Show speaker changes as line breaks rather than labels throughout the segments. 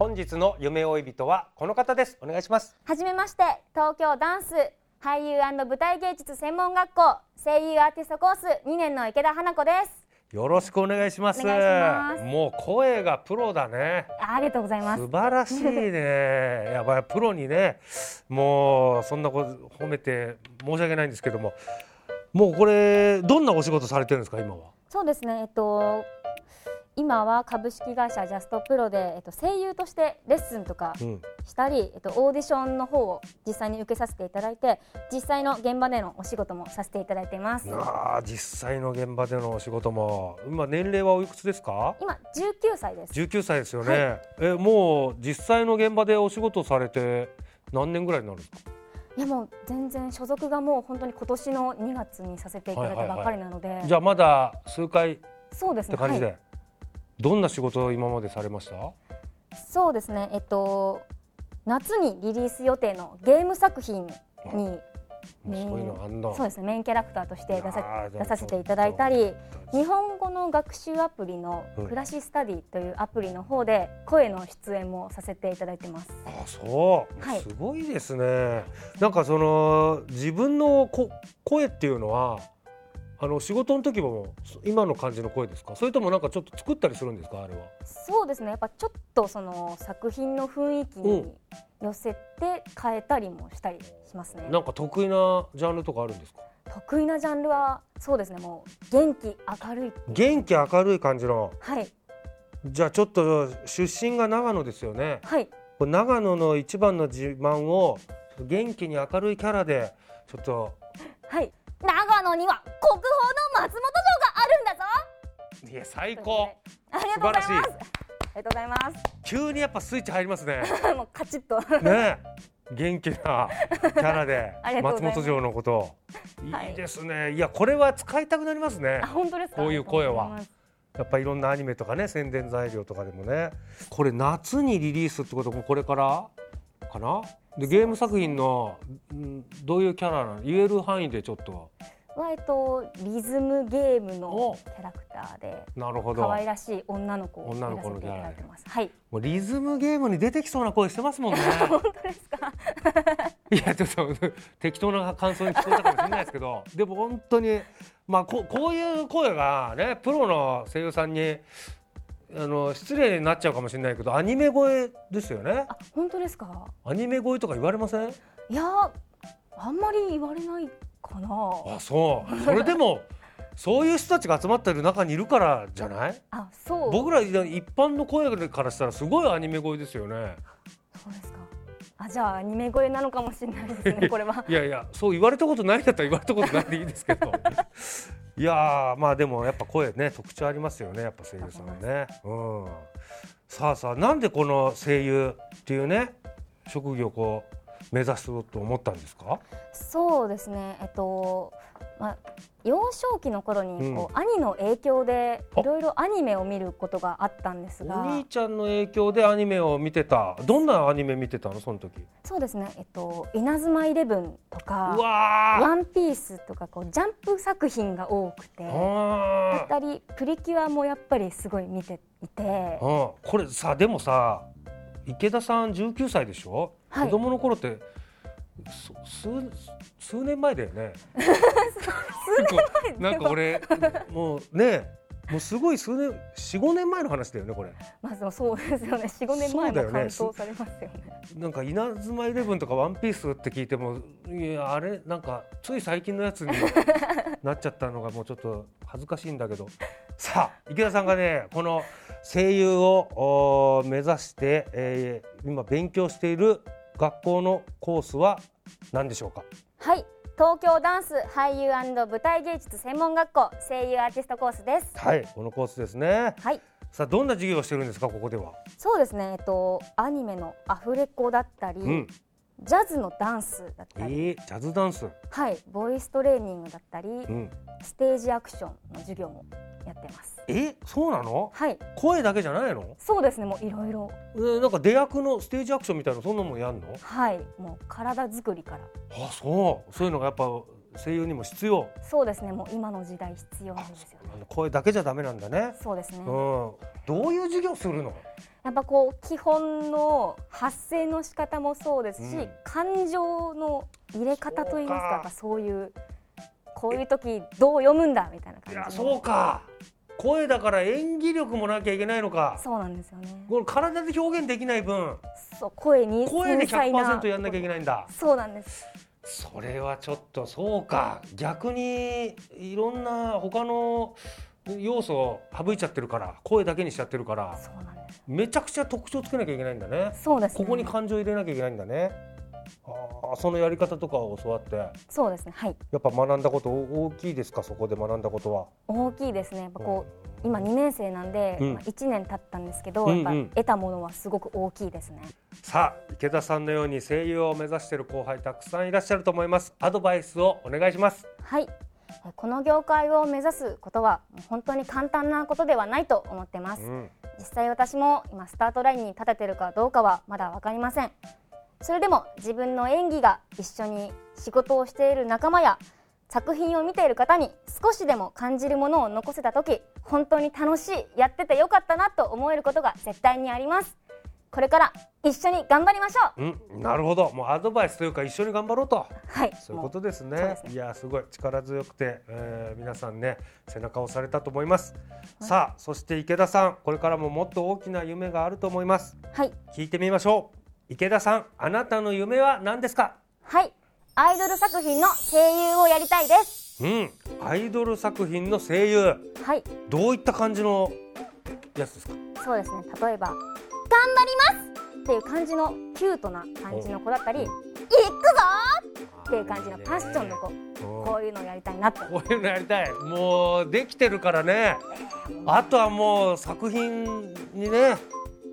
本日の夢追い人はこの方ですお願いします
はじめまして東京ダンス俳優舞台芸術専門学校声優アーティストコース2年の池田花子です
よろしくお願いします
お願いします
もう声がプロだね
あありがとうございます
素晴らしいね やばいプロにねもうそんなこと褒めて申し訳ないんですけどももうこれどんなお仕事されてるんですか今は
そうですねえっと今は株式会社ジャストプロで、えっと、声優としてレッスンとか
うん
したり、えっと、オーディションの方を実際に受けさせていただいて実際の現場でのお仕事もさせていただいています今
ああ実際の現場でのお仕事も今年齢はおいくつですか
19歳です
19歳ですよね、えもう実際の現場でお仕事されて何年ぐらいになるんですか
いやもう全然所属がもう本当に今年の2月にさせていただいたばっかりなので、
じゃあまだ数回っ
そうですね
て感じで、
はい
どんな仕事を今までされました
そうですね、えっと、夏にリリース予定のゲーム作品に、
もうそういうのあんな
そうですね、メインキャラクターとして出
いや
さ
ー
出させていただいたり、日本語の学習アプリの
うん
クラシスタディというアプリの方で声の出演もさせていただいてます。
あそう、
はい
すごいですねなんかその自分のこ声っていうのはあの仕事の時もそ今の感じの声ですかそれともなんかちょっと作ったりするんですかあれは
そうですね、やっぱちょっとその作品の雰囲気に寄せて変えたりもしたりしますね。
なんか得意なジャンルとかあるんですか
得意なジャンルはそうですね、もう元気明るい。
元気明るい感じの
はい
じゃあちょっと出身が長野ですよね
はい。
これ長野の一番の自慢を元気に明るいキャラでちょっと
はい、長野には国宝の松本城があるんだぞ。
いや最
という
素
こと
晴
で
ら
ありがとうござい
し
ます。
い
ありがとうございま
急にやっぱスイッチ入りますね
す。もうカチッと。
ねえ元気なキャラで
ありがと
松
うございます
本城のこと
はい
いいですねいやこれは使いたくなりますね
あ、本当ですか。
こういう声は
ありがとうございます。
やっぱいろんなアニメとかね宣伝材料とかでもねこれ夏にリリースってこともこれからかなでゲーム作品のうんどういうキャラなの言える範囲でちょっと
はえっとリズムゲーム
お
のキャラクターで
なるほど
可愛らしい女の子をやらせていただいてます。はい。
もうリズムゲームに出てきそうな声してますもんね
本当ですか。
いやちょっと適当な感想に聞こえたかもしれないですけどでも本当にまあここういう声がねプロの声優さんにあの失礼になっちゃうかもしれないけどアニメ声ですよね
あ、本当ですか。
アニメ声とか言われません
いやー、あんまり言われないかな。
あそうそれでもそういう人たちが集まってる中にいるからじゃない
あ、そう。
僕ら一般の声からしたらすごいアニメ声ですよね
そうですか。あ、じゃあアニメ声なのかもしれないです ね。これは。
いやいやそう言われたことないんだったら言われたことないでいいですけど いやーまあでもやっぱ声ね特徴ありますよねやっぱ声優さんはねうんさあさあなんでこの声優っていうね職業をこう目指そうと思ったんですか
そうですね、えっとまあ、幼少期の頃にこう、兄の影響で
あ
いろいろアニメを見ることがあったんです
お
が
兄ちゃんの影響でアニメを見てたどんなアニメ見てたのその時
そうですね、えっと「稲妻イレブン」と
う
か「
わ
ワンピースとかこうジャンプ作品が多くて
ー
や
あ
っ
ー
たりプリキュアもやっぱりすごい見ていて
うんこれさでもさ池田さん19歳でしょ、
は
子
い
供の頃ってそ数 数年前だよね数年前なんか俺もうねもうすごい数年45年前の話だよねこれ
まあでもそうですよね45年前も感動されますよね
なんか稲妻イレブンとかワンピースって聞いてもいやあれなんかつい最近のやつになっちゃったのがもうちょっと恥ずかしいんだけどさあ池田さんがねこの声優をおー目指して、えー今勉強している学校のコースは何でしょうか
はい東京ダンス俳優舞台芸術専門学校声優アーティストコースです
はいこのコースですね
はい
さあどんな授業をしてるんですかここでは、
そうですねえっとアニメのアフレコだったり、
うん
ジャズのダンスだっ
え
たり、
ー、ジャズダンス、
はいボイストレーニングだったり、
うん、
ステージアクションの授業もやってます
えそうなの
はい
声だけじゃないの
そうですねもういろいろ
えーなんか出役のステージアクションみたいなのそんなもんやんの
はいもう体作りから
あそうそういうのがやっぱ声優にも必要
そうですねもう今の時代必要なんですよね
あの声だけじゃダメなんだね
そうですね、
うんどういう授業するの
やっぱこう基本の発声の仕方もそうですし、
うん
感情の入れ方といいますか
そうか
やっぱそういうこういう時どう読むんだみたいない感じ
や
の
そうか声だから演技力もなきゃいけないのか
そうなんですよね
これ体で表現できない分
そう声に
声で
繊細
100%やんなきゃいけないんだ
そうなんです
それはちょっとそうか逆にいろんな他の要素を省いちゃってるから声だけにしちゃってるから
そうなんです
めちゃくちゃ特徴つけなきゃいけないんだね
そうですね
ここに感情入れなきゃいけないんだねあーそのやり方とかを教わってや
そうですねはい
っぱ学んだこと大きいですかそこで学んだことは
大きいですねやっぱこう、今2年生なんで、
うん
まあ1年経ったんですけど、
うんうん
やっぱ得たものはすごく大きいですね
さあ池田さんのように声優を目指している後輩たくさんいらっしゃると思いますアドバイスをお願いします
はいえこの業界を目指すことはもう本当に簡単なことではないと思ってます、
うん
実際私も今スタートラインに立ててるかどうかはまだ分かりませんそれでも自分の演技が一緒に仕事をしている仲間や作品を見ている方に少しでも感じるものを残せた時本当に楽しいやっててよかったなと思えることが絶対にありますこれから一緒に頑張りましょう
うん、なるほどもうアドバイスというか一緒に頑張ろうと
はい
そういうことですね。
そうですね
いやすごい力強くて、えー皆さんね背中を押されたと思います。さあそして池田さんこれからももっと大きな夢があると思います。
はい
聞いてみましょう。池田さんあなたの夢は何ですか。
はいアイドル作品の声優をやりたいです
うんアイドル作品の声優
はい
どういった感じのやつですか。
そうですね例えば「頑張ります!」っていう感じのキュートな感じの子だったり「
お
行くぞ!」っていう感じのパッションの子
うん
こういうのやりたいなって
こういうのやりたいもうできてるからねあとはもう作品にね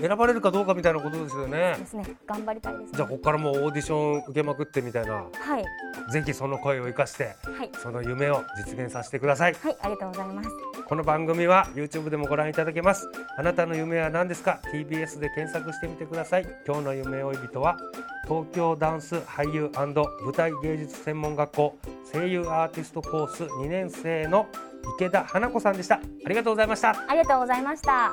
選ばれるかどうかみたいなことですよね
ですね頑張りたいです
じゃあここからもうオーディション受けまくってみたいな
はい
ぜひその声を生かして
はい
その夢を実現させてください
はいありがとうございます
この番組は YouTube でもご覧いただけますあなたの夢は何ですか TBS で検索してみてください今日の夢追い人は東京ダンス俳優舞台芸術専門学校声優アーティストコース2年生の池田花子さんでしたありがとうございました
ありがとうございました